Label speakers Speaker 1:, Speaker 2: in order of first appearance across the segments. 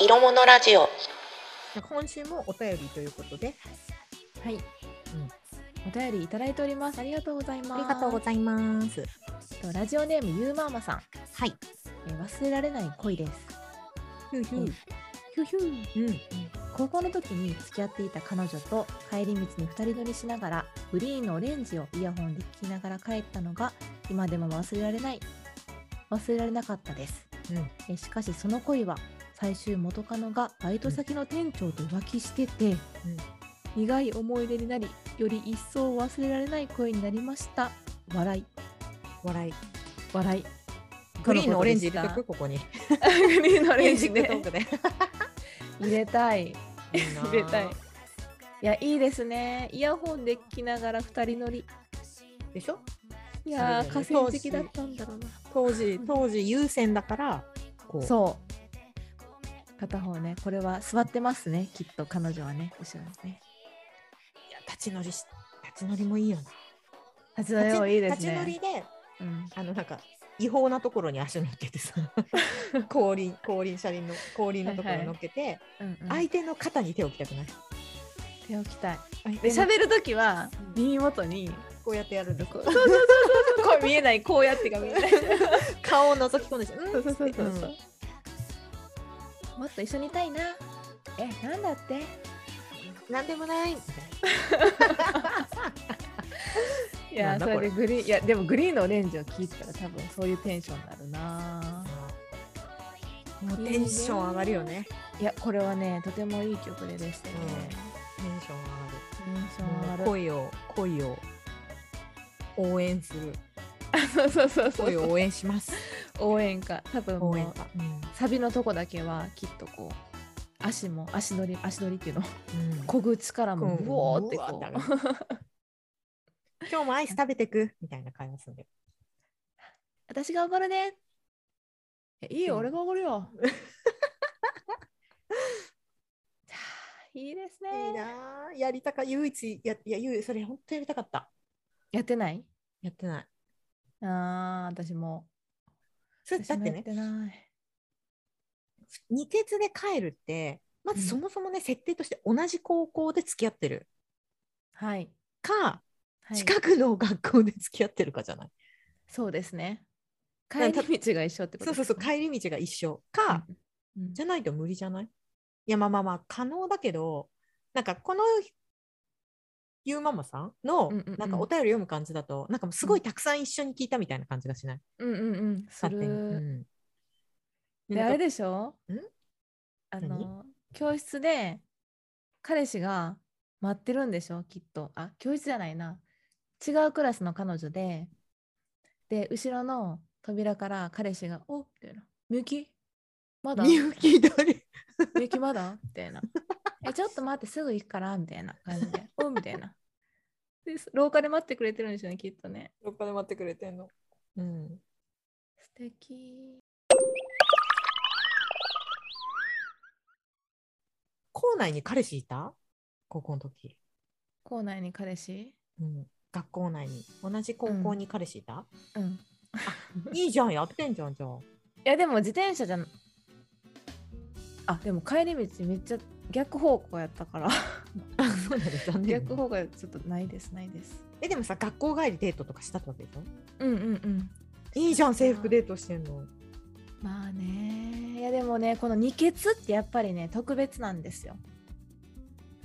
Speaker 1: 色物ラジオ
Speaker 2: 今週もお便りということで、
Speaker 3: はい、お便りいただいております。ありがとうございます。
Speaker 2: ありがとうございます。
Speaker 3: とラジオネームゆうまーまさん、
Speaker 2: はい。
Speaker 3: えー忘れられない恋です。
Speaker 2: ヒューヒュー。
Speaker 3: ひゅひゅ
Speaker 2: うん。
Speaker 3: 高校の時に付き合っていた彼女と帰り道に2人乗りしながらグリーンのオレンジをイヤホンで聴きながら帰ったのが今でも忘れられない忘れられなかったです
Speaker 2: うん。
Speaker 3: えしかしその恋は最終元カノがバイト先の店長と浮気してて、苦い思い出になりより一層忘れられない恋になりました笑い
Speaker 2: 笑い。
Speaker 3: 笑い
Speaker 2: グリーンのオレンジ
Speaker 3: と
Speaker 2: 入
Speaker 3: の
Speaker 2: れ
Speaker 3: こ
Speaker 2: てく
Speaker 3: と
Speaker 2: ここに。
Speaker 3: でしたグリーンのオ
Speaker 2: オ
Speaker 3: レンジね
Speaker 2: トークで。
Speaker 3: 入れたい
Speaker 2: 入
Speaker 3: 入れたいいやいいですねイヤホンで聴きながら2人乗り
Speaker 2: でしょ
Speaker 3: いやー、
Speaker 2: そうだよね
Speaker 3: 河川的だったんだろうな。
Speaker 2: 当時、当時優先だから、こう。
Speaker 3: そう。片方ね、これは座ってますね、きっと彼女はね、後ろにね。
Speaker 2: いや立ち乗りし、立ち乗りもいいよな。
Speaker 3: 立ち乗りもいいです
Speaker 2: 立ち乗
Speaker 3: ね
Speaker 2: り。で、
Speaker 3: うん、
Speaker 2: あの、なんか、違法なところに足乗っけ てさ、後輪、後輪、車輪の後輪のところに乗っけて、
Speaker 3: うん、うん。
Speaker 2: 相手の肩に手を置きたくない。
Speaker 3: 手を置きたい。
Speaker 2: 相
Speaker 3: で、
Speaker 2: 手の
Speaker 3: 喋るときは
Speaker 2: うん、
Speaker 3: 耳元に、
Speaker 2: こうやってやるんです。
Speaker 3: こう、そうそうそうそう、 こう見えない、こうやってが見え ない。
Speaker 2: 顔を覗き込んでしま
Speaker 3: そうそうそうそう。
Speaker 2: うん
Speaker 3: もっと一緒にいたいな。え、なんだって
Speaker 2: なんでもない。
Speaker 3: い
Speaker 2: な
Speaker 3: や
Speaker 2: ん
Speaker 3: ー
Speaker 2: だ
Speaker 3: そ
Speaker 2: こ
Speaker 3: れ
Speaker 2: れ
Speaker 3: でグリーンいやでもグリーンのオレンジを聞いてたら多分そういうテンションになるな
Speaker 2: もうテンション上がるよね。
Speaker 3: いやこれはねとてもいい曲ででしたよね、
Speaker 2: テンション上がる。
Speaker 3: テンション上がる
Speaker 2: 恋を恋を応援する
Speaker 3: そうそうそうそ
Speaker 2: 恋
Speaker 3: う
Speaker 2: を応援します
Speaker 3: 応援歌多分
Speaker 2: 応
Speaker 3: もう
Speaker 2: 援歌、うん
Speaker 3: サビのとこだけはきっとこう足も足乗り足乗り っていうの
Speaker 2: うん
Speaker 3: こぐ力も
Speaker 2: うん
Speaker 3: うおーって
Speaker 2: う
Speaker 3: こ
Speaker 2: わー
Speaker 3: う
Speaker 2: って上がる 今日もアイス食べてくみたいな感じするんだよ
Speaker 3: 私がおごるねいやいいよ
Speaker 2: うん
Speaker 3: 俺がおごる よはあいいです
Speaker 2: いい
Speaker 3: ね
Speaker 2: なーやりたか唯一やいや唯一それ本当やりたかった
Speaker 3: やってない
Speaker 2: やってない
Speaker 3: あー私も
Speaker 2: それだってね
Speaker 3: 私もやってない
Speaker 2: 二鉄で帰るってまずそもそもね、設定として同じ高校で付き合ってる
Speaker 3: はい、
Speaker 2: か、
Speaker 3: はい、
Speaker 2: 近くの学校で付き合ってるかじゃない
Speaker 3: そうですね
Speaker 2: な
Speaker 3: 帰
Speaker 2: んか
Speaker 3: り道が一緒ってこ
Speaker 2: そ
Speaker 3: と
Speaker 2: うそうそう帰り道が一緒か、
Speaker 3: かうんうん
Speaker 2: じゃないと無理じゃないいやまあまあまあ可能だけどなんかこのゆうママさんの
Speaker 3: うんうんうん
Speaker 2: なんかお便り読む感じだとなんかもうすごいたくさん一緒に聞いたみたいな感じがしない
Speaker 3: うんうんうんす
Speaker 2: 勝手に。う
Speaker 3: る
Speaker 2: ん
Speaker 3: であれ
Speaker 2: で
Speaker 3: でしょ
Speaker 2: ん
Speaker 3: あ
Speaker 2: 何
Speaker 3: の教室で彼氏が待ってるんでしょきっとあ教室じゃないな違うクラスの彼女でで後ろの扉から彼氏が「おみたいな「みゆきまだ
Speaker 2: みゆき誰
Speaker 3: みゆきまだ?」みたいな「えちょっと待ってすぐ行くから」みたいな感じ で「おみたいなで廊下で待ってくれてるんでしょうねきっとね
Speaker 2: どっかで待ってくれてんの。うん、
Speaker 3: 素敵
Speaker 2: 校内に彼氏いた高校の時、
Speaker 3: 校内に彼氏
Speaker 2: うん、学校内に同じ高校に彼氏いた、
Speaker 3: うん
Speaker 2: いいじゃんやってんじゃんじゃあ
Speaker 3: いやでも自転車じゃんあでも帰り道めっちゃ逆方向やったから
Speaker 2: あそうだね残念
Speaker 3: 逆
Speaker 2: だね
Speaker 3: 方向ちょっとないですないです
Speaker 2: えでもさ学校帰りデートとかしたってわけでしょ
Speaker 3: うんうんうん
Speaker 2: いいじゃん制服デートしてんの
Speaker 3: まあねいやでもねこの二欠ってやっぱりね特別なんですよ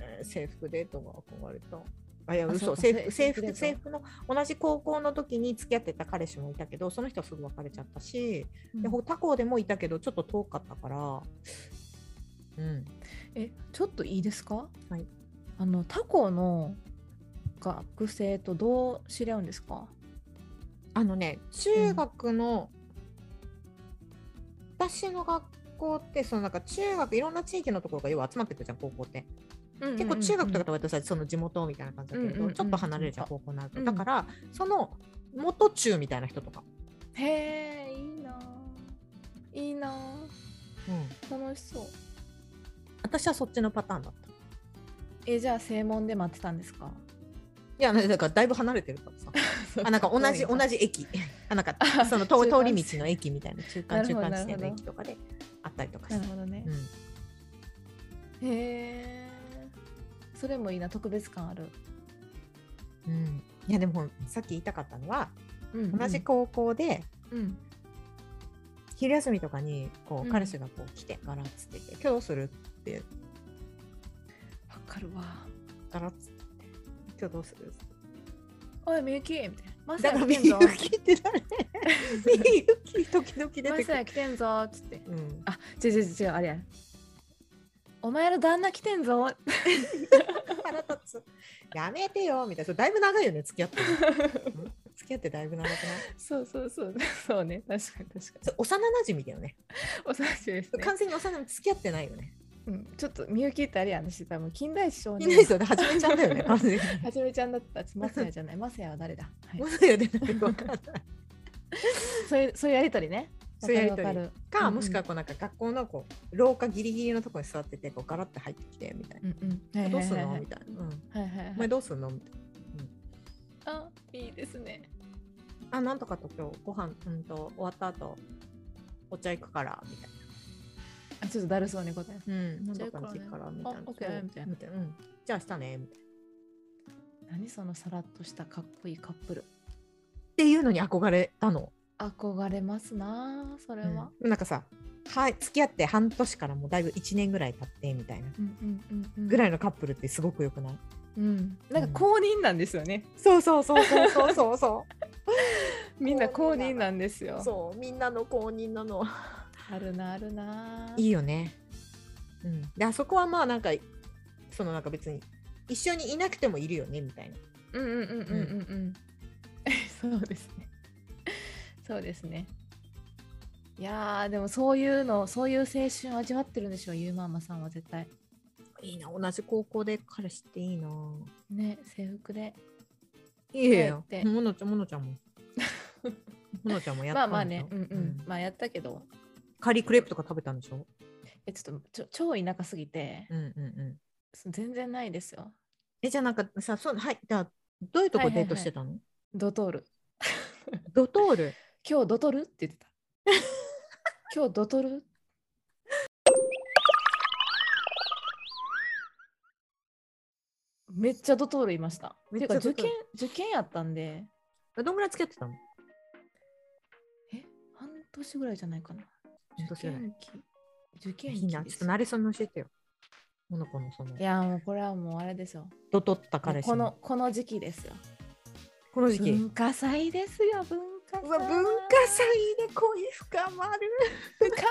Speaker 2: えー制服デートが憧れた。あいや
Speaker 3: あそう
Speaker 2: 嘘
Speaker 3: か
Speaker 2: 制
Speaker 3: 制
Speaker 2: 服
Speaker 3: 服
Speaker 2: 制
Speaker 3: デー
Speaker 2: 服制服
Speaker 3: ト
Speaker 2: の同じ高校の時に付き合ってた彼氏もいたけどその人はすぐ別れちゃったし、で
Speaker 3: うん
Speaker 2: 他校でもいたけどちょっと遠かったから、うん、
Speaker 3: えちょっといいですか
Speaker 2: はい
Speaker 3: あの他校の学生とどう知り合うんですか
Speaker 2: あのね中学の、私の学校ってそのなんか中学いろんな地域のところが要は集まってくるじゃん高校って結構中学とかと割とさその地元みたいな感じだけれど、
Speaker 3: うんうんうん
Speaker 2: ちょっと離れるじゃん
Speaker 3: そ
Speaker 2: 高校になると、
Speaker 3: うん
Speaker 2: だからその元中みたいな人とか、
Speaker 3: へえいいなぁいいな
Speaker 2: うん、
Speaker 3: ぁ楽しそう
Speaker 2: 私はそっちのパターンだった
Speaker 3: えじゃあ正門で待ってたんですか
Speaker 2: いや、だからだいぶ離れてるから さ。 あなんか同じ同じ駅。あなんか
Speaker 3: あ
Speaker 2: その通
Speaker 3: 中間
Speaker 2: 通り道の駅みたいな中間
Speaker 3: な
Speaker 2: 中
Speaker 3: るほど
Speaker 2: 間地点の
Speaker 3: なるほど
Speaker 2: 駅とかであったりとかし
Speaker 3: な
Speaker 2: て
Speaker 3: る。ほどね
Speaker 2: う。ん
Speaker 3: へえそれもいいな特別感ある、
Speaker 2: うん、いやでもさっき言いたかったのは
Speaker 3: うん
Speaker 2: 同じ高校で
Speaker 3: うん
Speaker 2: 昼休みとかにこ
Speaker 3: う
Speaker 2: うん彼氏がこう来てからっつってて「今日どうする?」って
Speaker 3: わかるわ
Speaker 2: 「からっつって「今日どうする?」
Speaker 3: おいみゆきみたいなマサ
Speaker 2: だ
Speaker 3: ヤ
Speaker 2: からみ
Speaker 3: 来て
Speaker 2: ゆきって
Speaker 3: んぞ
Speaker 2: 誰みゆき時々出て
Speaker 3: マ
Speaker 2: く
Speaker 3: サヤ
Speaker 2: る。
Speaker 3: 来てんぞつって
Speaker 2: うん、
Speaker 3: あ違う違う違うあれやお前の旦那来てんぞ
Speaker 2: 腹立つやめてよみたいなそれだいぶ長いよね付き合 ってん付き合ってだいぶ長くない
Speaker 3: そうそうそう そうね確かに確かに
Speaker 2: それ幼馴染だよね
Speaker 3: お察しですね
Speaker 2: 完全に幼馴染付き合ってないよね
Speaker 3: うん、ちょっとみゆきってあれやん私多分近代少
Speaker 2: い
Speaker 3: 年
Speaker 2: ないですよねはじめちゃん だよね完全に
Speaker 3: はじめちゃんだったマサヤじゃ ないマサヤは誰だ、はい
Speaker 2: も、うやでないわかんない
Speaker 3: そういうそういうやりとりね
Speaker 2: そういうやりとり
Speaker 3: わかるわ
Speaker 2: か、
Speaker 3: うんうん
Speaker 2: もしくはこうなんか学校のこう廊下ギリギリのとこに座っててこうガラッて入ってきてみたい
Speaker 3: かるうんうん
Speaker 2: な、
Speaker 3: はい
Speaker 2: ど
Speaker 3: は
Speaker 2: う
Speaker 3: い
Speaker 2: すん
Speaker 3: はい
Speaker 2: の
Speaker 3: はい
Speaker 2: みたいな、うん
Speaker 3: はいはいはい
Speaker 2: お前どうすんのみたい
Speaker 3: あいいですね
Speaker 2: なあなんとかと今日ご飯うんと終わった後お茶行くからみたい
Speaker 3: あちょっとだるそうに答え
Speaker 2: な、うん、なん
Speaker 3: じゃあ
Speaker 2: とかの行くからみたいな
Speaker 3: あオッケーみたいな
Speaker 2: そううん、じゃあ明日ねみたいな
Speaker 3: 何そのさらっとしたかっこいいカップル
Speaker 2: っていうのに憧れたの、
Speaker 3: 憧れますなあそれは、
Speaker 2: うんなんかさはい付き合って半年からもうだいぶ1年ぐらい経ってみたいな
Speaker 3: うん、うんうんうん
Speaker 2: ぐら
Speaker 3: い、
Speaker 2: いのカップルってすごくよくない
Speaker 3: うん、なんか公認なんですよね、
Speaker 2: そうそうそうそうそうそう そ
Speaker 3: みんな公認なんですよ
Speaker 2: うそうみんなの公認なの
Speaker 3: あるなあるない
Speaker 2: いよね。うん、であそこはまあなんかそのなんか別に一緒にいなくてもいるよねみたいな。
Speaker 3: うんうんうんうんうんうんそうですねそうですねいやーでもそういうのそういう青春を味わってるんでしょうゆうママさんは絶対
Speaker 2: いいな同じ高校で彼氏っていいな。
Speaker 3: ね制服で
Speaker 2: いやいや
Speaker 3: 帰って
Speaker 2: ものちゃんもの ちゃんも。ものちゃんもやっ
Speaker 3: ま
Speaker 2: た
Speaker 3: あ
Speaker 2: んでしょ
Speaker 3: まあねうんうん、まあやったけど
Speaker 2: カリークレープとか食べたんでしょ。
Speaker 3: えちょっとちょ超田舎すぎて、
Speaker 2: うんうんうん。
Speaker 3: そ全然ないですよ
Speaker 2: えじゃあなんかさそうはいじゃあどういうとこ
Speaker 3: はいは
Speaker 2: デ
Speaker 3: いはい
Speaker 2: ートしてたの？
Speaker 3: ドトール
Speaker 2: ドトール。
Speaker 3: 今日ドトルって 言ってた今日ドトルめっちゃドトールいました。
Speaker 2: めってちゃド
Speaker 3: か
Speaker 2: トー
Speaker 3: 受
Speaker 2: ル
Speaker 3: 験受験やったんで
Speaker 2: どんぐらい付き合ってたの？
Speaker 3: え半年ぐらいじゃないかな。
Speaker 2: 半
Speaker 3: 受
Speaker 2: 年ぐらい
Speaker 3: 験期受験
Speaker 2: い
Speaker 3: 期
Speaker 2: いな
Speaker 3: で
Speaker 2: ちょっ
Speaker 3: す
Speaker 2: と
Speaker 3: い
Speaker 2: ナレーションの教えてよ。モノコのその
Speaker 3: やもうこれはもうあれですよ。
Speaker 2: ドトった彼氏
Speaker 3: このこの時期ですよ。
Speaker 2: この時期。
Speaker 3: 文化祭ですよ文化祭。
Speaker 2: うわ文化祭で恋深まる
Speaker 3: 深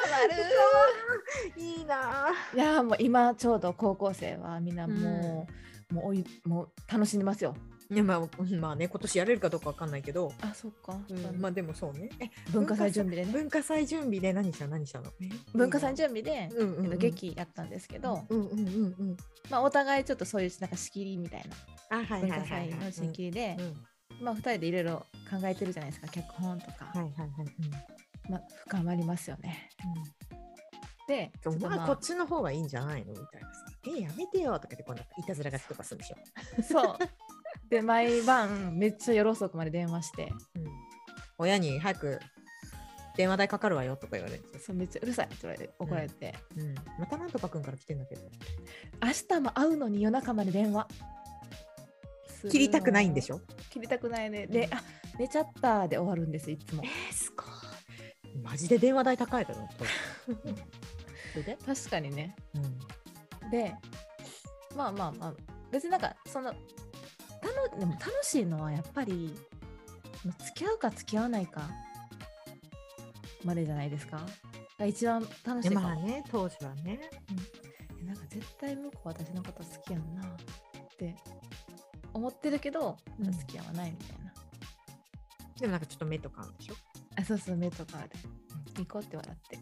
Speaker 3: まる
Speaker 2: いいなあ
Speaker 3: いやーもう今ちょうど高校生はみんなもう、もうおいもう楽しんでますよ。
Speaker 2: いやまあうんまあね今年やれるかどうかわかんないけど、
Speaker 3: あそっか、
Speaker 2: うんまあでもそうねえ
Speaker 3: 文化祭準備でね。
Speaker 2: 文化祭準備で何した何したのえ
Speaker 3: 文化祭準備で、
Speaker 2: うんうんうん
Speaker 3: えっと、劇やったんですけど、
Speaker 2: うんうんうんうん
Speaker 3: まあ、お互いちょっとそういうなんか仕切りみたい
Speaker 2: あはいは
Speaker 3: ない文
Speaker 2: はい
Speaker 3: 化
Speaker 2: はい
Speaker 3: 祭の仕切りで、
Speaker 2: うんうん
Speaker 3: まあ、2人でいろいろ考えてるじゃないですか脚本とか、
Speaker 2: はいはいはい
Speaker 3: まあ、深まりますよね。でち
Speaker 2: う
Speaker 3: ょ
Speaker 2: ん
Speaker 3: っ
Speaker 2: うん、
Speaker 3: と
Speaker 2: お
Speaker 3: ま
Speaker 2: 前
Speaker 3: あ
Speaker 2: こっちの方がいいんじゃないのみたいなさ「えやめてよ」とかってこうなんかいたずらがとかするでしょ、
Speaker 3: そうで毎晩めっちゃ夜遅くまで電話して
Speaker 2: うん、親に早く電話代かかるわよとか言われて、
Speaker 3: そうめっちゃうるさいって言われて怒られて、
Speaker 2: うん、またなんとかくんから来てんだけど
Speaker 3: 明日も会うのに夜中まで電話するの
Speaker 2: 切りたくないんでしょ
Speaker 3: 切りたくないねで、あ寝ちゃったで終わるんですいつも
Speaker 2: えー、すごい。マジで電話代高いだろ。そ れで、
Speaker 3: 確かにね
Speaker 2: うん、
Speaker 3: でまあまあまあ別になんかそのたのでも楽しいのはやっぱりその付き合うか付き合わないかまでじゃないですかが一番楽しいかも、
Speaker 2: まあね、当時はね。
Speaker 3: えなんか絶対向こう私のこと好きやんなって思ってるけど、
Speaker 2: うん
Speaker 3: 付き合わないみたいな
Speaker 2: でもなんかちょっと目とかあるんでしょ。
Speaker 3: あそうそう目とかで行こうって笑って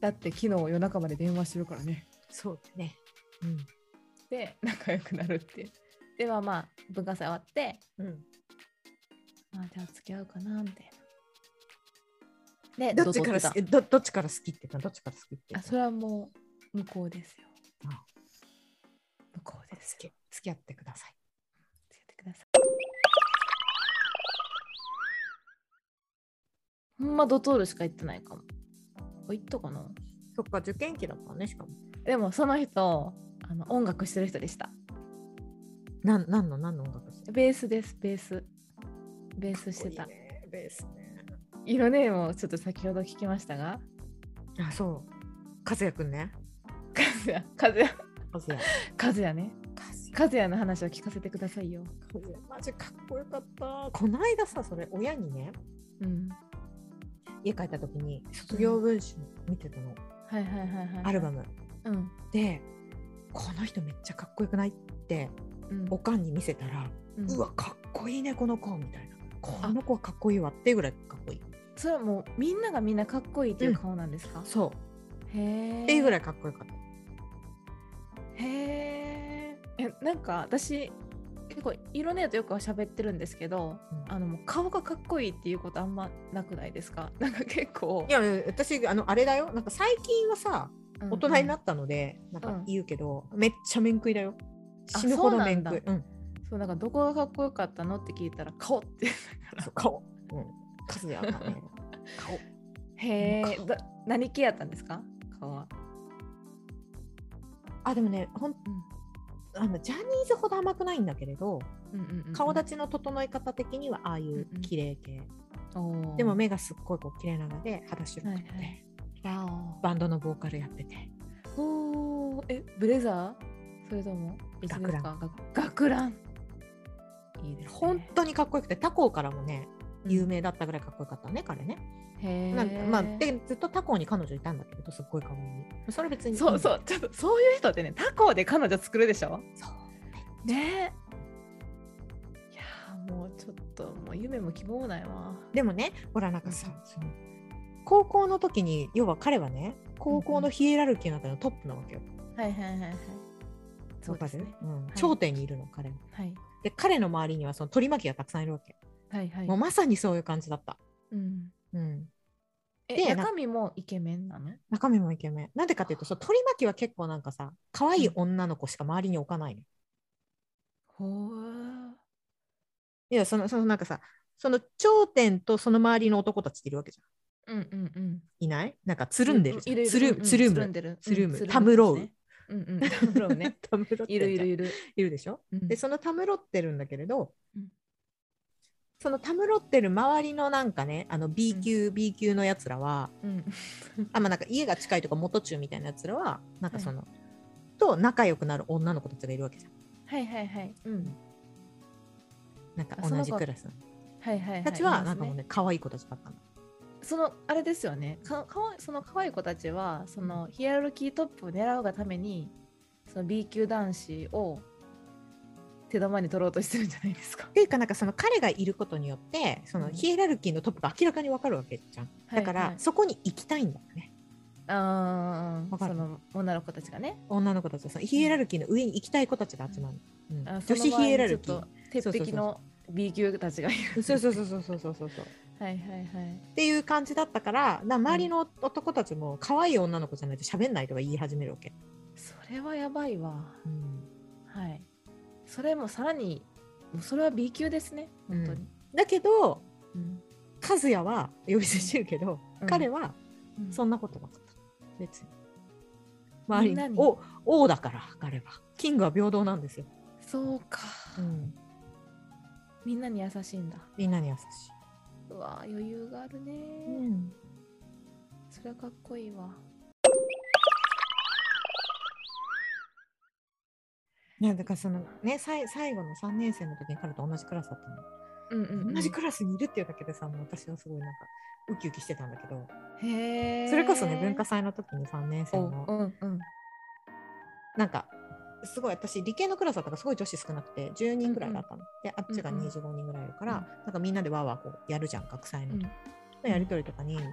Speaker 3: だって昨日夜中まで電話してるからね
Speaker 2: そうだね。うん。
Speaker 3: で仲良くなるっていうではまあ文化祭終わって
Speaker 2: うん、
Speaker 3: まあじゃあ付き合うかなみたいな。で
Speaker 2: どっちから
Speaker 3: ドト
Speaker 2: 好
Speaker 3: ール
Speaker 2: きどどっちから好きって言ったのどっちから好きって
Speaker 3: だ
Speaker 2: 言
Speaker 3: あ
Speaker 2: った
Speaker 3: それはもう向こうですよ
Speaker 2: あ。
Speaker 3: 向こうです。
Speaker 2: 付き付き合ってください。
Speaker 3: つけてください。ほんまドトールしか行ってないかも。あ行ったかな
Speaker 2: そそっか、受験期だったね、しかも。
Speaker 3: でもその人あの音楽してる人でした
Speaker 2: なん、なんの、なんの音楽して
Speaker 3: ベースですベースベースして
Speaker 2: か
Speaker 3: た
Speaker 2: っこいいねベースね。
Speaker 3: 色ねもちょっと先ほど聞きましたが
Speaker 2: あ、そう。和也くんね。
Speaker 3: カズヤカズヤ
Speaker 2: 和也。
Speaker 3: カズヤねカズヤの話を聞かせてくださいよ
Speaker 2: 和也マジかっこよかった。こないださ、それ、親にね、
Speaker 3: うん
Speaker 2: 家帰った時に、卒業文集見てたの、
Speaker 3: はいはいはいはい
Speaker 2: アルバム。
Speaker 3: うん
Speaker 2: で、この人めっちゃかっこよくないって、
Speaker 3: うん
Speaker 2: おかんに見せたら、
Speaker 3: うん
Speaker 2: うわ、かっこいいね、この子、みたいな。この子はかっこいいわっていうぐらいかっこいい。
Speaker 3: それはもうみんながみんなかっこいいっていう顔なんですか、
Speaker 2: そう。
Speaker 3: へえ
Speaker 2: っていうぐら
Speaker 3: い
Speaker 2: いかっこよかった。
Speaker 3: へええなんか私結構色ねとよく喋ってるんですけど、
Speaker 2: うん
Speaker 3: あのもう顔がかっこいいっていうことあんまなくないですかなんか結構
Speaker 2: いやいや私あのあれだよなんか最近はさ大人にな
Speaker 3: っ
Speaker 2: ったので、なん
Speaker 3: う
Speaker 2: か
Speaker 3: ん
Speaker 2: 言うけど、めっちゃ面食いだよ
Speaker 3: あ
Speaker 2: 死ぬほど面
Speaker 3: そ
Speaker 2: 食
Speaker 3: う
Speaker 2: い
Speaker 3: なん
Speaker 2: うん
Speaker 3: そうなんかどこがかっこよかったのって聞いたら顔って
Speaker 2: そう顔うん数やから ね顔
Speaker 3: へえ
Speaker 2: 顔
Speaker 3: 何系やったんですか顔は、
Speaker 2: あでもねほん
Speaker 3: うん
Speaker 2: あのジャニーズほど甘くないんだけれど
Speaker 3: うんうんうんうん
Speaker 2: 顔立ちの整え方的にはああいう
Speaker 3: うんうん
Speaker 2: 綺麗系、
Speaker 3: おー
Speaker 2: でも目がすっごいこう綺麗なので肌白
Speaker 3: は
Speaker 2: く
Speaker 3: いは
Speaker 2: て、
Speaker 3: いわ
Speaker 2: バンドのボーカルやってて
Speaker 3: おおーえブレザーそれともいつですか学学ランいいですね
Speaker 2: 本当にかっこよくて他校からもね
Speaker 3: うん
Speaker 2: 有名だったぐらいかっこよかったね、彼ね
Speaker 3: へえ
Speaker 2: なんかまあ、でずっと他校に彼女いたんだけどすっごい可愛いそれ別に
Speaker 3: そうそううちょっとそういう人ってね他校で彼女作るでしょねえいやーもうちょっともう夢も希望もないわ
Speaker 2: でもねほらなんかさ、その高校の時に要は彼はね高校のヒエラルキーの中のトップなわけよ、
Speaker 3: はいはいはいはいそうですね
Speaker 2: わかるうん
Speaker 3: い
Speaker 2: 頂点にいるの彼は
Speaker 3: はい
Speaker 2: で彼の周りにはその取り巻きがたくさんいるわけ、
Speaker 3: はいはい
Speaker 2: もうまさにそういう感じだった、
Speaker 3: うん
Speaker 2: うん、
Speaker 3: え
Speaker 2: でな
Speaker 3: 中身もイケメンなの
Speaker 2: 中身もイケメンなんでかっていうとそう取り巻きは結構なんかさ可愛い女の子しか周りに置かないの、
Speaker 3: ほ
Speaker 2: いやそのそのなんかさその頂点とその周りの男たちっているわけじゃん
Speaker 3: うんうんうん
Speaker 2: いないなんかつるんでるじゃん、
Speaker 3: うい
Speaker 2: つるつるむ
Speaker 3: んでる
Speaker 2: つるむ
Speaker 3: うん
Speaker 2: たむろう
Speaker 3: ですねうんうんたむろうね
Speaker 2: たむろってんじゃ
Speaker 3: い
Speaker 2: ん
Speaker 3: るいるいる
Speaker 2: いるでしょ、
Speaker 3: うん
Speaker 2: でそのたむろってるんだけれど、
Speaker 3: うん
Speaker 2: そのたむろってる周りのなんかねあの B 級、B 級のやつらは
Speaker 3: うん
Speaker 2: あまあなんか家が近いとか元中みたいなやつらはなんかその、と仲良くなる女の子たちがいるわけじゃん
Speaker 3: はいはいはいうん
Speaker 2: なんか
Speaker 3: あそ
Speaker 2: 同
Speaker 3: の
Speaker 2: じ
Speaker 3: 子
Speaker 2: クラスの
Speaker 3: はいはいはい
Speaker 2: たち
Speaker 3: い
Speaker 2: は
Speaker 3: ます
Speaker 2: なんか
Speaker 3: ね
Speaker 2: もうね可愛い子たちばっかなの
Speaker 3: そのあれですよねかかわいその可愛い子たちはそのヒエラルキートップを狙うがためにその B 級男子を手玉に取ろうとしてるんじゃないですか
Speaker 2: っ。ていうかなんかその彼がいることによってその
Speaker 3: うん
Speaker 2: ヒエラルキーのトップが明らかにわかるわけじゃん だから、
Speaker 3: はいはい
Speaker 2: そこに行きたいんだよね
Speaker 3: あー
Speaker 2: わかる
Speaker 3: その女の子たちがね
Speaker 2: 女の子たちはそのヒエラルキーの上に行きたい子たちが集まる、うん
Speaker 3: あ
Speaker 2: 女子ヒエラルキ
Speaker 3: その
Speaker 2: ー
Speaker 3: 周りにちょっと鉄壁の B 級たちがいる。
Speaker 2: そうそうそうそうそうそうそうそう
Speaker 3: はいはいはい。
Speaker 2: っていう感じだったからな周りの男たちも可愛い女の子じゃないと喋んないとか言い始めるわけ、
Speaker 3: それはやばいわ。はい。それもさらにもうそれは B 級ですね本当に。
Speaker 2: だけど
Speaker 3: うん
Speaker 2: 和也は呼び捨てしてるけど、
Speaker 3: うん
Speaker 2: 彼は
Speaker 3: うん
Speaker 2: そんなことなかった別に周り
Speaker 3: みんな
Speaker 2: に
Speaker 3: に
Speaker 2: お王だから彼はキングは平等なんですよ、
Speaker 3: そうか、みんなに優しいんだ。
Speaker 2: みんなに優し
Speaker 3: うわー余裕があるね
Speaker 2: い、
Speaker 3: ー。それはかっこいいわ。
Speaker 2: なんだからそのねさい最後の3年生の時に彼と同じクラスだったの、
Speaker 3: うん
Speaker 2: 同じクラスにいるっていうだけでさもう私はすごいなんかウキウキしてたんだけど、
Speaker 3: へえ。
Speaker 2: それこそね文化祭の時に3年生の
Speaker 3: うんうんうん。
Speaker 2: なんかすごい私理系のクラスだったからすごい女子少なくて10人ぐらいだったの、であっちが
Speaker 3: うんうん
Speaker 2: 25人ぐらいいるから、なんかみんなでわーわーこうやるじゃん学祭の,、やり取りとかにみたいな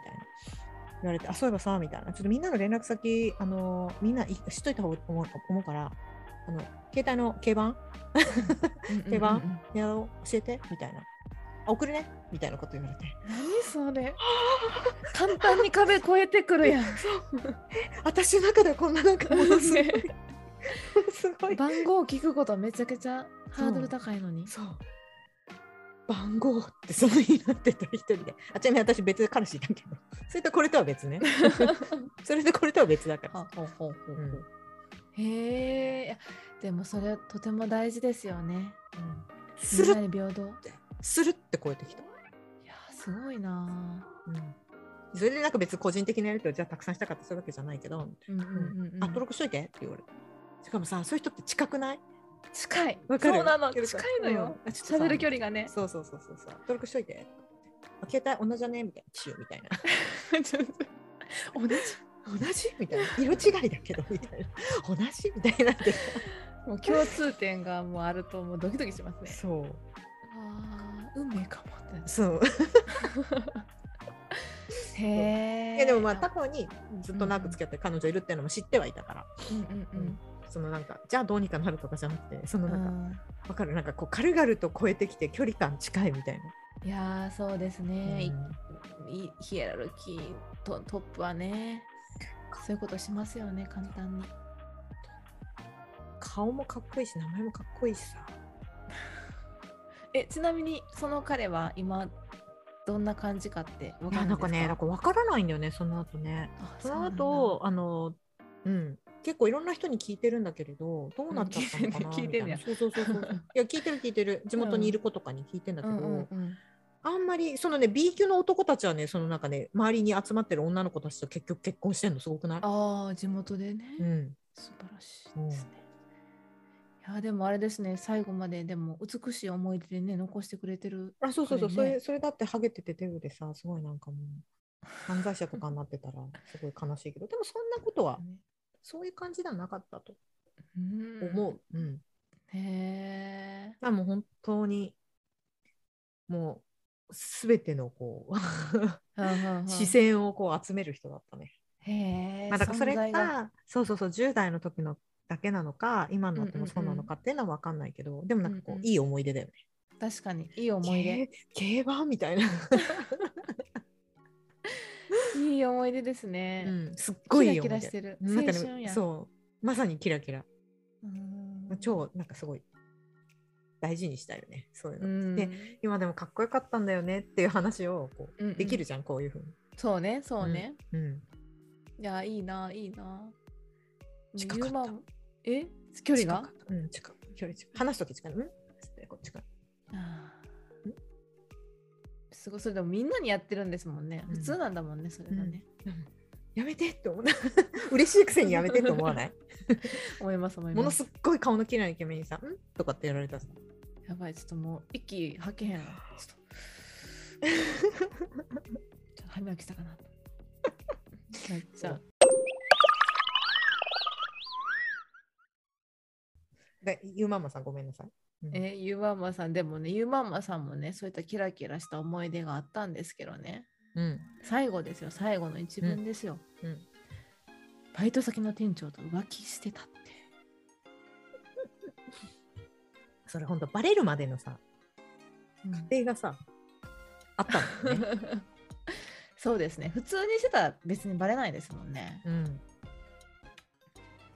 Speaker 2: 言われてあそういえばさみたいなちょっとみんなの連絡先あのみんない知っといた方がいいと思う思うからあの携帯の掲板
Speaker 3: うん。
Speaker 2: 定
Speaker 3: 定
Speaker 2: 番やろう教えてみたいなあ送るねみたいなこと言われて
Speaker 3: 何それ。簡単に壁越えてくるやん。
Speaker 2: 私の中ではこんななんかものすごい
Speaker 3: ね
Speaker 2: すごい
Speaker 3: 番号を聞くことめちゃくちゃハードル高いのに。
Speaker 2: そう番号ってその日になってた一人であちなみに私別で彼氏いたけど それとこれとは別 ねそれとこれとは別だから
Speaker 3: はほうほうほう
Speaker 2: うん
Speaker 3: ほうへえいやでもそれはとても大事ですよね、うん、
Speaker 2: す
Speaker 3: み
Speaker 2: る
Speaker 3: んなに平等
Speaker 2: するって超えてきた、
Speaker 3: いやすごいな
Speaker 2: それでなんか別に個人的なやり取りをじゃあたくさんしたかったそういうわけじゃないけど、
Speaker 3: ぁうんうんうん
Speaker 2: あ登録しといてって言われてしかもさそういう人って近くない
Speaker 3: 近い
Speaker 2: わかる
Speaker 3: そうなの
Speaker 2: け
Speaker 3: 近
Speaker 2: ど
Speaker 3: い
Speaker 2: さ
Speaker 3: のよ
Speaker 2: うんあちょっとさ
Speaker 3: 喋る距離がね
Speaker 2: そうそうそうそうそう登録しといてあ携帯同じだねみたいな機種みた いな
Speaker 3: ちょっと同じ
Speaker 2: 同じみたいな色違いだけどみたいな同じみたいになって
Speaker 3: もう共通点がもうあるともうドキドキしますね
Speaker 2: そう
Speaker 3: あー運命かもってなる
Speaker 2: そう
Speaker 3: へえ
Speaker 2: いやでもまあ過去にずっと長く付き合ってる彼女いるっていうのも知ってはいたから、
Speaker 3: うんうん
Speaker 2: そのなんかじゃあどうにかなるとかじゃなくてその
Speaker 3: うん
Speaker 2: なんか、
Speaker 3: うん
Speaker 2: わかるなんかこう軽々と超えてきて距離感近いみたい
Speaker 3: いやーそうです
Speaker 2: な、
Speaker 3: ね、い
Speaker 2: うん
Speaker 3: いヒエラルキーとトップはねそういうことしますよね簡単に
Speaker 2: 顔もかっこいいし名前もかっこいいしさ
Speaker 3: えちなみにその彼は今どんな感じかってわ
Speaker 2: い
Speaker 3: か
Speaker 2: やな
Speaker 3: るんです
Speaker 2: ん
Speaker 3: か
Speaker 2: かねなんかわからないんだよねその後ね
Speaker 3: あ
Speaker 2: そうの
Speaker 3: なんだ
Speaker 2: 後あのうん結構いろんな人に聞いてるんだけれどどうなっちゃったのかな
Speaker 3: う
Speaker 2: み
Speaker 3: ん聞い
Speaker 2: た
Speaker 3: て
Speaker 2: い
Speaker 3: んね
Speaker 2: なそうそうそうそういや聞いてる聞いてる地元にいる子とかに聞いてんだけ
Speaker 3: う
Speaker 2: ど、
Speaker 3: んうんうん
Speaker 2: あんまりそのね B 級の男たちはねそのなんかね周りに集まってる女の子たちと結局結婚してんのすごくない
Speaker 3: ああ地元でね、
Speaker 2: うん、
Speaker 3: 素晴らしいですね、いやでもあれですね最後まででも美しい思い出でね残してくれてる
Speaker 2: あそうそうそう、そ
Speaker 3: 彼ね
Speaker 2: れそれだってハゲててデブでさすごいなんかもう犯罪者とかになってたらすごい悲しいけどでもそんなことはそういう感じではなかったと
Speaker 3: うん
Speaker 2: 思う、うん
Speaker 3: へえ
Speaker 2: まあもう本当にもうすべてのこう 視線をこう集める人だったね、
Speaker 3: へえ
Speaker 2: まあ、だからそれ
Speaker 3: 存在
Speaker 2: がそうそうそう10代の時のだけなのか今になってもそうなのかっていうのは分かんないけど、でもなんかこう、
Speaker 3: うんうん
Speaker 2: いい思い出だよね
Speaker 3: 確かにいい思い出
Speaker 2: 競競馬み たいな、
Speaker 3: いい思い出ですね、
Speaker 2: うんすっごいいい思
Speaker 3: キ
Speaker 2: い
Speaker 3: ラ
Speaker 2: 出
Speaker 3: キラしてる
Speaker 2: なんかね
Speaker 3: 青春や
Speaker 2: そうまさにキラキラ
Speaker 3: うん
Speaker 2: 超なんかすごい大事にしたいよねそういう
Speaker 3: う
Speaker 2: の、で
Speaker 3: ん
Speaker 2: 今でもかっこよかったんだよねっていう話をこ
Speaker 3: うんうん
Speaker 2: うできるじゃん、こういうふうに、
Speaker 3: そうねそうね、
Speaker 2: うん、
Speaker 3: いやいいないいな
Speaker 2: 近かった
Speaker 3: 言うまんえ距離
Speaker 2: 近
Speaker 3: が
Speaker 2: かったうん近い距離近い話す時近いうんつってこう近い
Speaker 3: あー
Speaker 2: ん
Speaker 3: すごいそれでもみんなにやってるんですもんね、
Speaker 2: うん
Speaker 3: 普通なんだもんねそれがね、
Speaker 2: やめてって思う 嬉しいくせにやめてって思わない
Speaker 3: 思います思い
Speaker 2: も
Speaker 3: ま
Speaker 2: のす
Speaker 3: す
Speaker 2: っごい顔の綺麗なイケメンにさ「ん?」とかってやられたらさ
Speaker 3: やばいちょっともう息吐けへんわちょっとちょっと歯磨きした かなとなっちゃう
Speaker 2: でゆうママさんごめんなさい
Speaker 3: えゆうまんまさんでもねゆうまんまさんもねそういったキラキラした思い出があったんですけどね
Speaker 2: うん
Speaker 3: 最後ですよ最後の一文ですよ、
Speaker 2: うんうん
Speaker 3: バイト先の店長と浮気してたって
Speaker 2: それほんとバレるまでのさ過程がさあったん だよね
Speaker 3: そうですね普通にしてたら別にバレないですもんね
Speaker 2: うん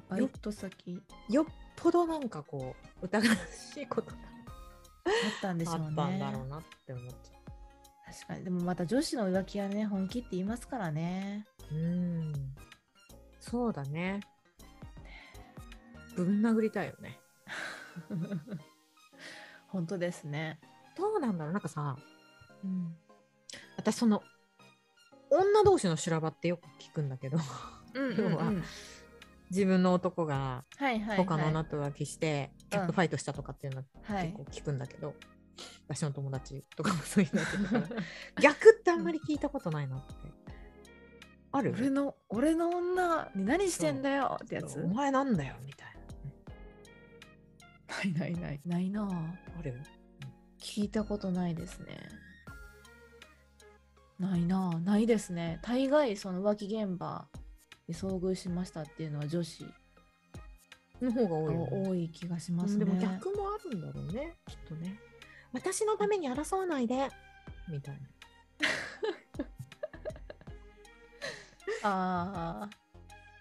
Speaker 3: バイト先
Speaker 2: よっぽどなんかこう疑わしいことが
Speaker 3: あったんでし
Speaker 2: あ
Speaker 3: ょうね
Speaker 2: ったんだろうなって思っちゃ
Speaker 3: 確かにでもまた女子の浮気はね本気って言いますからね
Speaker 2: ううんそうだねぶん殴りたいよね
Speaker 3: 本当ですね、
Speaker 2: どうなんだろうなんかさ
Speaker 3: うん、
Speaker 2: 私その女同士の修羅場ってよく聞くんだけど
Speaker 3: うんうん、
Speaker 2: 要は自分の男が
Speaker 3: はいはい、はい、
Speaker 2: 他の女と浮気してキャップファイトしたとかっていうのは
Speaker 3: は
Speaker 2: 結
Speaker 3: い
Speaker 2: 構聞くんだけど、私の友達とかもそういうのやってたから逆ってあんまり聞いたことないなってある
Speaker 3: 俺の俺の女に何してんだよってやつ
Speaker 2: お前なんだよみたい
Speaker 3: ないないないないなあ
Speaker 2: なある
Speaker 3: 聞いたことないですね。ないなあないですね。大概その浮気現場に遭遇しましたっていうのは女子
Speaker 2: の方が多いよね、
Speaker 3: 多い気がし
Speaker 2: う
Speaker 3: ます
Speaker 2: ん
Speaker 3: ね。
Speaker 2: でも逆もあるんだろうねきっとね私のために争わないでみたいな
Speaker 3: あ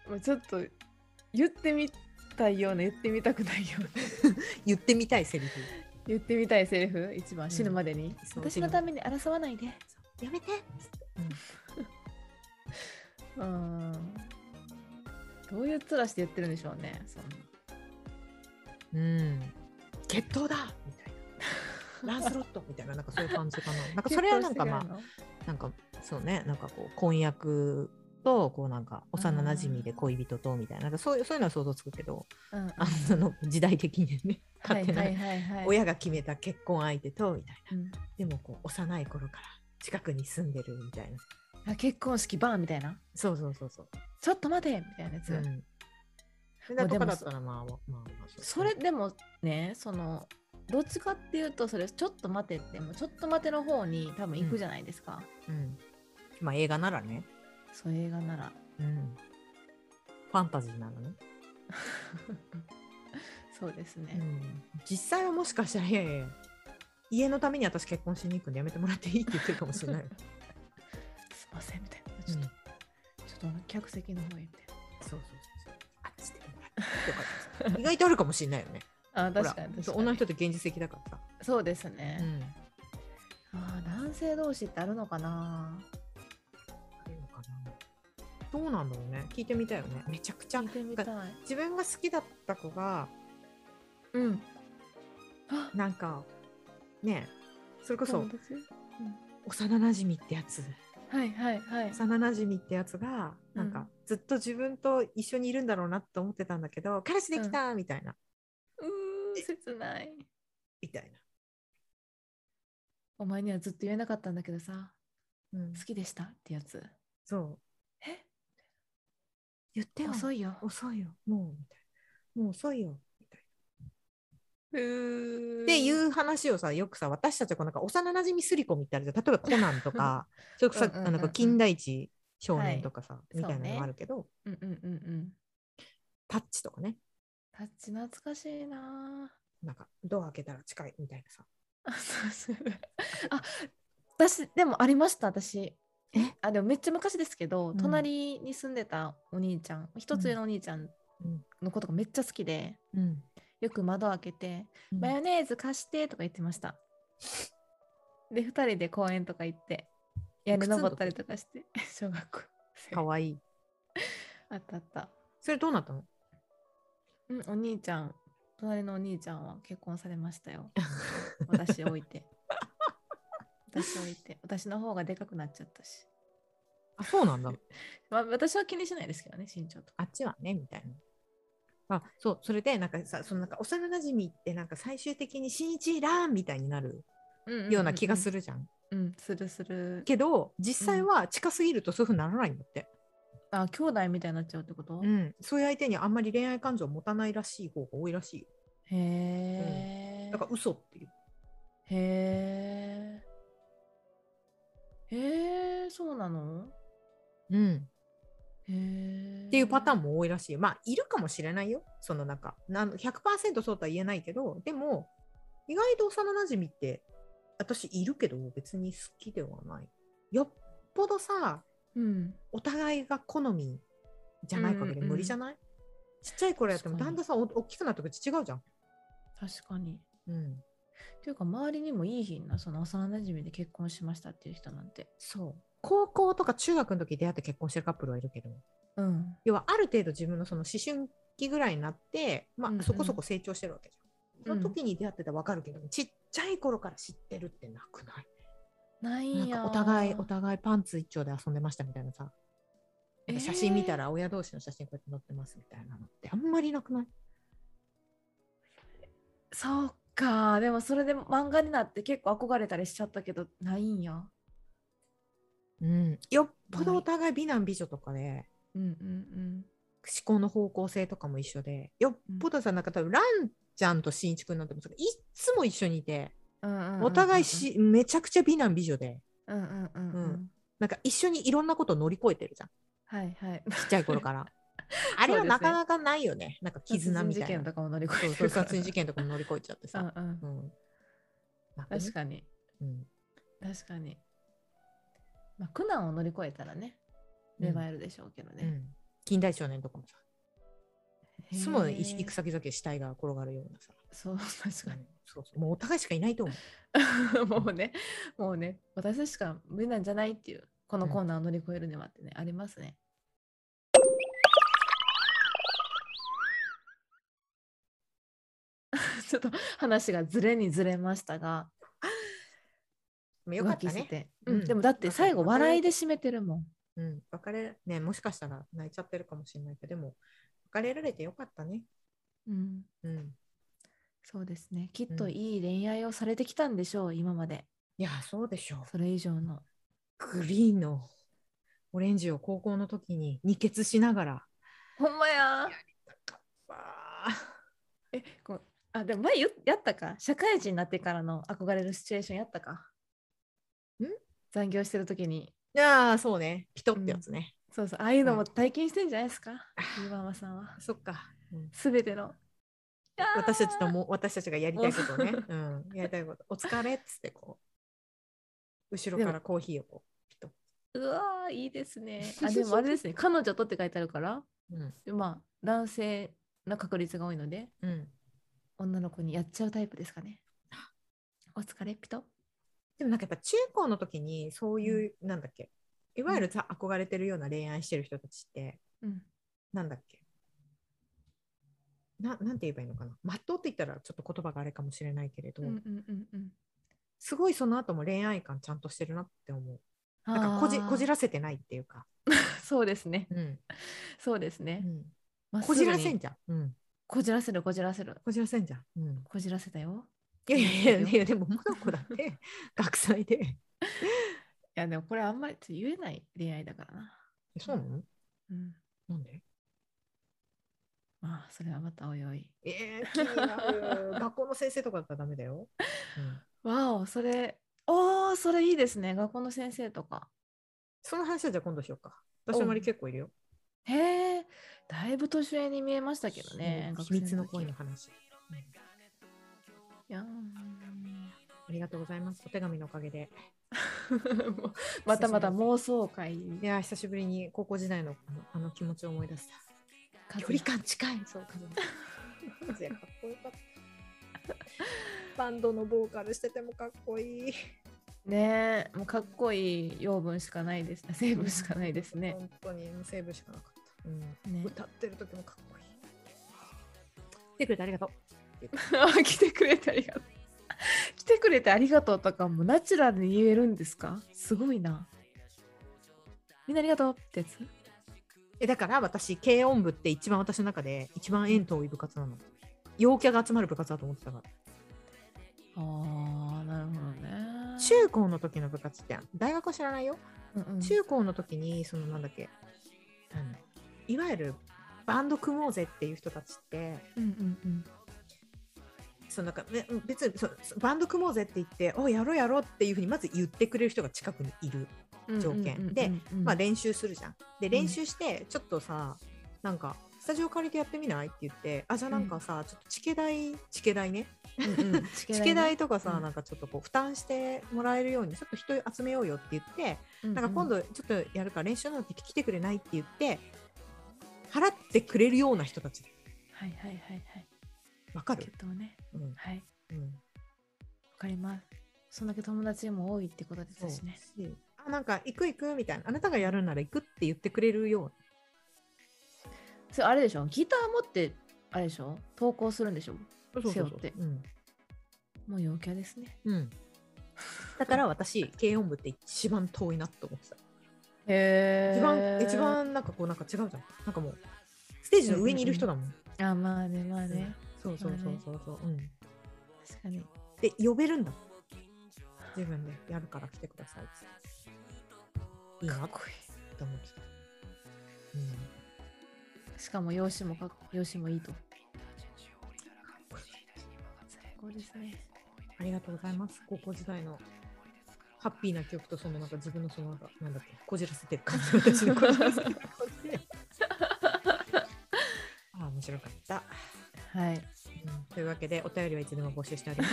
Speaker 3: あ、もうちょっと言ってみたいような言ってみたくないような
Speaker 2: 言ってみたいセリフ
Speaker 3: 言ってみたいセリフ一番死ぬまでに、
Speaker 2: そう
Speaker 3: 私のために争わないで
Speaker 2: やめて
Speaker 3: うんどういう面して言ってるんでしょうねそんな
Speaker 2: うん決闘だみたい なランスロットみたいななんかそういう感じかななんかそれはなんかまあなんかそうねなんかこう婚約とこうなんか幼馴染で恋人とみたいななんかそういうそういうのは想像つくけど
Speaker 3: あ、うんうん、
Speaker 2: あの時代的にね
Speaker 3: は
Speaker 2: 勝
Speaker 3: い
Speaker 2: 手な
Speaker 3: はいはいはい、
Speaker 2: 親が決めた結婚相手とみたいな
Speaker 3: うん
Speaker 2: でもこう幼い頃から近くに住んでるみたいな
Speaker 3: あ結婚式バーンみたいな
Speaker 2: そうそうそうそう、
Speaker 3: ちょっと待てみたいなやつ、
Speaker 2: うんで
Speaker 3: も
Speaker 2: とか
Speaker 3: うでも
Speaker 2: だったらまあまあまあまあう
Speaker 3: それでもねそのどっちかっていうとそれちょっと待てってもうちょっと待ての方に多分行くじゃないですか、
Speaker 2: うんまあ映画ならね、
Speaker 3: そう映画なら
Speaker 2: うん、ファンタジーなのね、
Speaker 3: そうです
Speaker 2: う
Speaker 3: ね、
Speaker 2: ん、実際はもしかしたらいやいや家のために私結婚しに行くんでやめてもらっていいって言ってるかもしれないよ、
Speaker 3: すいませんみたいな
Speaker 2: う
Speaker 3: ち
Speaker 2: ん
Speaker 3: ょっと、ちょっとあの客席の方へみたい
Speaker 2: そうそうそうそうあっちでもらって とか意外とあるかもしれないよね
Speaker 3: なあ
Speaker 2: ほら
Speaker 3: 確かに確かに
Speaker 2: 女の人って現実的だからさ、
Speaker 3: そうです
Speaker 2: う
Speaker 3: ね、
Speaker 2: ん、
Speaker 3: ああ男性同士ってあるのかな
Speaker 2: あるのかなどうなんだろうね聞いてみたいよねめちゃくちゃ
Speaker 3: 聞いてみたい
Speaker 2: 自分が好きだった子が
Speaker 3: うんあ
Speaker 2: なんかねえそれこそ
Speaker 3: 友達
Speaker 2: 幼なじみってやつ
Speaker 3: はいはいはい
Speaker 2: 幼なじみってやつがなん
Speaker 3: う
Speaker 2: か
Speaker 3: ん
Speaker 2: ずっと自分と一緒にいるんだろうなと思ってたんだけど彼氏できたみたいな
Speaker 3: うーん切ない
Speaker 2: みたい
Speaker 3: お前にはずっと言えなかったんだけどさ
Speaker 2: なうん
Speaker 3: 好きでしたってやつ
Speaker 2: そう
Speaker 3: え
Speaker 2: 言ってよ遅い
Speaker 3: 遅いよ
Speaker 2: よもうみたいなもう遅いよみたいな
Speaker 3: っ
Speaker 2: っていうう話をさよくさ私たちこうなんか幼なじみすり子みたいな例えばコナンとか それこそ
Speaker 3: うんうんうんうん
Speaker 2: なんか金田一少年とかさ、みたいなのがあるけど、
Speaker 3: うんうんうんうん
Speaker 2: タッチとかね
Speaker 3: タッチ懐かしいな
Speaker 2: なんかドア開けたら近いみたいなさ
Speaker 3: あそうそうあ私でもありました私
Speaker 2: え
Speaker 3: あでもめっちゃ昔ですけど、
Speaker 2: うん
Speaker 3: 隣に住んでたお兄ちゃん一つ上のお兄ちゃん
Speaker 2: うん
Speaker 3: のことがめっちゃ好きで
Speaker 2: うん、
Speaker 3: よく窓開けて「マ
Speaker 2: ま
Speaker 3: ヨネーズ貸して」とか言ってましたで2人で公園とか行って屋根登ったりとかして小学校
Speaker 2: あかわいい
Speaker 3: あったあった
Speaker 2: それどうなったの
Speaker 3: うんお兄ちゃん隣のお兄ちゃんは結婚されま したよ私を置いて私を置いて私の方がでかくなっちゃったし、
Speaker 2: あそうなんだ
Speaker 3: まあ、私は気にしないですけどね身長とか
Speaker 2: あっちはねみたいなあそうそれでなんかさそのなんか幼なじみってなんか最終的に新一ラーンみたいになるような気がす
Speaker 3: る
Speaker 2: るじゃん,、
Speaker 3: うん、するする
Speaker 2: けど実際は近すぎるとそういうふうにならないんだって、
Speaker 3: あ兄弟みたいになっちゃうってこと、
Speaker 2: うん、そういう相手にあんまり恋愛感情を持たないらしい方が多いらしいよ。
Speaker 3: へえ、
Speaker 2: だから嘘っていう。
Speaker 3: へえ。へえ、そうなの
Speaker 2: うん、
Speaker 3: へえ。っ
Speaker 2: っていうパター
Speaker 3: ン。
Speaker 2: ンも多いらしい。まあいるかもしれないよ。その中なん100%そうとは言えないけどでも意外と幼なじみって私いるけど別に好きではない。よっぽどさ
Speaker 3: うん。
Speaker 2: お互いが好みじゃない限り
Speaker 3: うんうんうん
Speaker 2: 無理じゃない、ちっちゃい頃やっても
Speaker 3: 確か
Speaker 2: だ
Speaker 3: に
Speaker 2: んだんさお大きくなってくると違うじゃん。
Speaker 3: 確かに。
Speaker 2: うん、
Speaker 3: っていうか、周りにもいい日な、その幼馴染で結婚しましたっていう人なんて。
Speaker 2: そう高校とか中学の時出会って結婚してるカップルはいるけど。
Speaker 3: うん。
Speaker 2: 要はある程度自分のその思春期ぐらいになって、ま
Speaker 3: うんうん
Speaker 2: あ、そこそこ成長してるわけじゃん。
Speaker 3: うん
Speaker 2: その時に出会ってたら分かるけど、ちっちゃい頃から知ってるってなくない
Speaker 3: ない
Speaker 2: なんん
Speaker 3: や。
Speaker 2: かお互いお互いパンツ一丁で遊んでましたみたいなさ、なんか写真見た
Speaker 3: ら。
Speaker 2: ら親同士の写真こうやって載ってますみたいなのってあんまりなくない
Speaker 3: そうか。でも、それで漫画になって結構憧れたりしちゃったけど、ないんや。
Speaker 2: うん、よっぽどお互い美男美女とかで
Speaker 3: うんう
Speaker 2: 思
Speaker 3: ん
Speaker 2: 考の方向性とかも一緒でよっぽどさなんか多分ランちゃんとしんいちくんなんてもそういっつも一緒にいて
Speaker 3: うん。うんうんうんうん
Speaker 2: お互い。しめちゃくちゃ美男美女で
Speaker 3: うんうんうんう。
Speaker 2: うんなんか一緒にいろんなことを乗り越えてるじゃん
Speaker 3: はいはい。
Speaker 2: ちっちゃい頃 から。あれはなかなかないよね。なんか絆みた い
Speaker 3: 殺人事件
Speaker 2: な。
Speaker 3: とかも乗り越え
Speaker 2: そ
Speaker 3: て
Speaker 2: う
Speaker 3: る
Speaker 2: そう
Speaker 3: から
Speaker 2: 殺人事件とかも乗り越えちゃってさ。
Speaker 3: うんうん。
Speaker 2: うん、なんね
Speaker 3: 確かに。
Speaker 2: うん
Speaker 3: 確かに、まあ、苦難を乗り越えたらね
Speaker 2: うん
Speaker 3: 芽生えるでしょうけど
Speaker 2: う
Speaker 3: ね、
Speaker 2: ん近代少年とかもさ。住むい
Speaker 3: へー
Speaker 2: 行く先々死体が転がるようなさ、
Speaker 3: そう確か
Speaker 2: そうそうもうお互いしかいないと 思う
Speaker 3: にもうねもうね私たちしか無理なんじゃないっていうこの
Speaker 2: うん
Speaker 3: コーナーを乗り越えるにはってね、ありますね ちょっと話がずれにずれましたが
Speaker 2: まあよか
Speaker 3: 浮
Speaker 2: っ
Speaker 3: 気
Speaker 2: た
Speaker 3: して
Speaker 2: ね、
Speaker 3: て、うん
Speaker 2: うん
Speaker 3: でもだって最後
Speaker 2: わかる
Speaker 3: 笑いで締めてるもん
Speaker 2: うん、別れねもしかしたら泣いちゃってるかもしれないけどでも別れられてよかったね
Speaker 3: うん
Speaker 2: うん
Speaker 3: そうですねきっ
Speaker 2: う
Speaker 3: と
Speaker 2: ん
Speaker 3: いい恋愛をされてきたんでしょう今まで
Speaker 2: いやそうでしょう
Speaker 3: それ以上の
Speaker 2: グリーンのオレンジを高校の時に二血しながら
Speaker 3: ほんまや
Speaker 2: わ
Speaker 3: えこうあでも前言っやったか社会人になってからの憧れるシチュエーションやったか
Speaker 2: ん
Speaker 3: 残業してる時に
Speaker 2: ーあーそうねピトってやつね、
Speaker 3: そうそうああいうの
Speaker 2: う
Speaker 3: も
Speaker 2: ん
Speaker 3: 体験してんじゃないですかゆばママさんは
Speaker 2: そっか、うん
Speaker 3: 全ての
Speaker 2: 私たちとも私たちがやりたいことをね
Speaker 3: もう、
Speaker 2: うん、やりたいことお疲れっつってこう後ろからコーヒーをこうピト
Speaker 3: うわーいいです ねあでもあれですね彼女とって書いてあるから
Speaker 2: うん
Speaker 3: でまあ男性の確率が多いので
Speaker 2: うん
Speaker 3: 女の子にやっちゃうタイプですかねお疲れピト
Speaker 2: でもなんかやっぱ中高の時にそういう、なんだっけいわゆるさ憧れてるような恋愛してる人たちって
Speaker 3: うん
Speaker 2: なんだっけななんて言えばいいのかなまっとうって言ったらちょっと言葉があれかもしれないけれど、
Speaker 3: うんうんうんうん
Speaker 2: すごいその後も恋愛感ちゃんとしてるなって思うなんかこじ
Speaker 3: あー
Speaker 2: こじらせてないっていうか、
Speaker 3: そうですね
Speaker 2: うん
Speaker 3: そうです
Speaker 2: う
Speaker 3: ね、
Speaker 2: ん
Speaker 3: まっす
Speaker 2: こ
Speaker 3: ぐ
Speaker 2: じ
Speaker 3: に
Speaker 2: らせんじゃん、うん、
Speaker 3: こじらせるこじらせる
Speaker 2: こじらせんじゃん、うん、
Speaker 3: こじらせたよ
Speaker 2: いやいやいやい
Speaker 3: い
Speaker 2: やでもモナコだって 学祭で
Speaker 3: やでもこれあんまり言えない恋愛だからな、
Speaker 2: そうなの
Speaker 3: うん、
Speaker 2: なんで
Speaker 3: まあそれはまたおいおい
Speaker 2: えー、気になる学校の先生とかだったらダメだよ、うん、
Speaker 3: わおそれおーそれいいですね学校の先生とか
Speaker 2: その話はじゃあ今度しようか私の周り結構いるよ
Speaker 3: へえだいぶ年上に見えましたけどね
Speaker 2: そう秘密の
Speaker 3: 学生
Speaker 2: 恋の
Speaker 3: 時
Speaker 2: 話
Speaker 3: いやー
Speaker 2: ありがとうございますお手紙のおかげで
Speaker 3: もうまたまた妄想会
Speaker 2: いやー久しぶりに高校時代のあのあの気持ちを思い出した
Speaker 3: か
Speaker 2: 距離感近いそうかもかっこよかったバンドのボーカルしててもかっこいい
Speaker 3: ねえもうかっこいい養分しかないですね成分しかないですね
Speaker 2: 本当にセーブしかなかった、
Speaker 3: ね
Speaker 2: 歌ってる時もかっこいい来てくれてありがとう
Speaker 3: あ来てくれてありがとう。来てくれてありがとうとかもナチュラルに言えるんですかすごいな。みんなありがとうってやつ
Speaker 2: えだから私軽音部って一番私の中で一番縁遠い部活なの陽キャが集まる部活だと思ってたから
Speaker 3: ああ、なるほどね
Speaker 2: 中高の時の部活って大学は知らないよ
Speaker 3: うんうん
Speaker 2: 中高の時にそのなんだっけあのいわゆるバンド組もうぜっていう人たちって
Speaker 3: うんうんうん
Speaker 2: そのなんかねうん別にそうそうバンド組もうぜって言って「おやろうやろう」っていうふうにまず言ってくれる人が近くにいる、
Speaker 3: うん
Speaker 2: 条件で、まあ、
Speaker 3: で
Speaker 2: 練習するじゃんで練習してちょっとさなんかスタジオ借りてやってみないって言ってあじゃあなんかさ、ちょっとチケ代チケ代ね
Speaker 3: チ
Speaker 2: チケ代とかさ、
Speaker 3: うん
Speaker 2: なんかちょっとこう負担してもらえるようにちょっと人集めようよって言ってなんか今
Speaker 3: 度
Speaker 2: 度ちょっとやるから練習なのに来てくれないって言って払ってくれるような人たち
Speaker 3: はいはいはいはい
Speaker 2: わか
Speaker 3: チケ
Speaker 2: る、
Speaker 3: ットをね
Speaker 2: うん
Speaker 3: はいわ
Speaker 2: うん、
Speaker 3: かりますそんだけ友達も多いってことですしね
Speaker 2: しあなんか行く行くみたいなあなたがやるなら行くって言ってくれるよ
Speaker 3: それあれでしょギター持ってあれでしょ投稿するんでしょ
Speaker 2: うな
Speaker 3: そうそうそう
Speaker 2: 背負ってうん
Speaker 3: もう陽キャですね
Speaker 2: うん、だから私軽音部って一番遠いなと思ってた
Speaker 3: へ
Speaker 2: 一番一番なんかこうなんか違うじゃんなんかもうステージの上にいる人だもん、
Speaker 3: あまあねまあね、
Speaker 2: そうそうそうそうそう、うん、
Speaker 3: 確かに
Speaker 2: で呼べるんだ自分でやるから来てくださいっていいな
Speaker 3: か
Speaker 2: っ
Speaker 3: っこい
Speaker 2: て思ってた、うん、か
Speaker 3: いしかも容姿もかっ容姿もいいと
Speaker 2: っこいい
Speaker 3: 最高ですね
Speaker 2: ありがとうございます高校時代のハッピーな記憶とそのなんか自分のそのなんかなんだっけこじらせてる感じ私のこじらせてる感じでああ面白かった、
Speaker 3: はい
Speaker 2: うんというわけでお便りはいつでも募集しておりま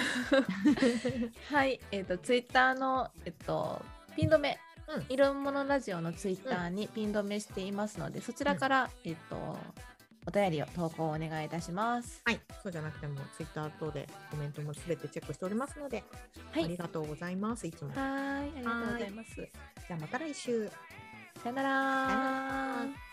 Speaker 2: す
Speaker 3: はいえっ、とツイッターのえっ、とピン止め、
Speaker 2: うん
Speaker 3: いろんものラジオのツイッターにピン止めしていますので、そちらから、えっ、とお便りを投稿お願いいたします。
Speaker 2: はい、そうじゃなくても、ツイッター等でコメントもすべてチェックしておりますので、
Speaker 3: は
Speaker 2: あり
Speaker 3: い。
Speaker 2: がとうございます。いつも。じ
Speaker 3: はーい、ありがとうございます。
Speaker 2: ゃあまた来週。
Speaker 3: さよな
Speaker 2: さよな
Speaker 3: ら
Speaker 2: ら。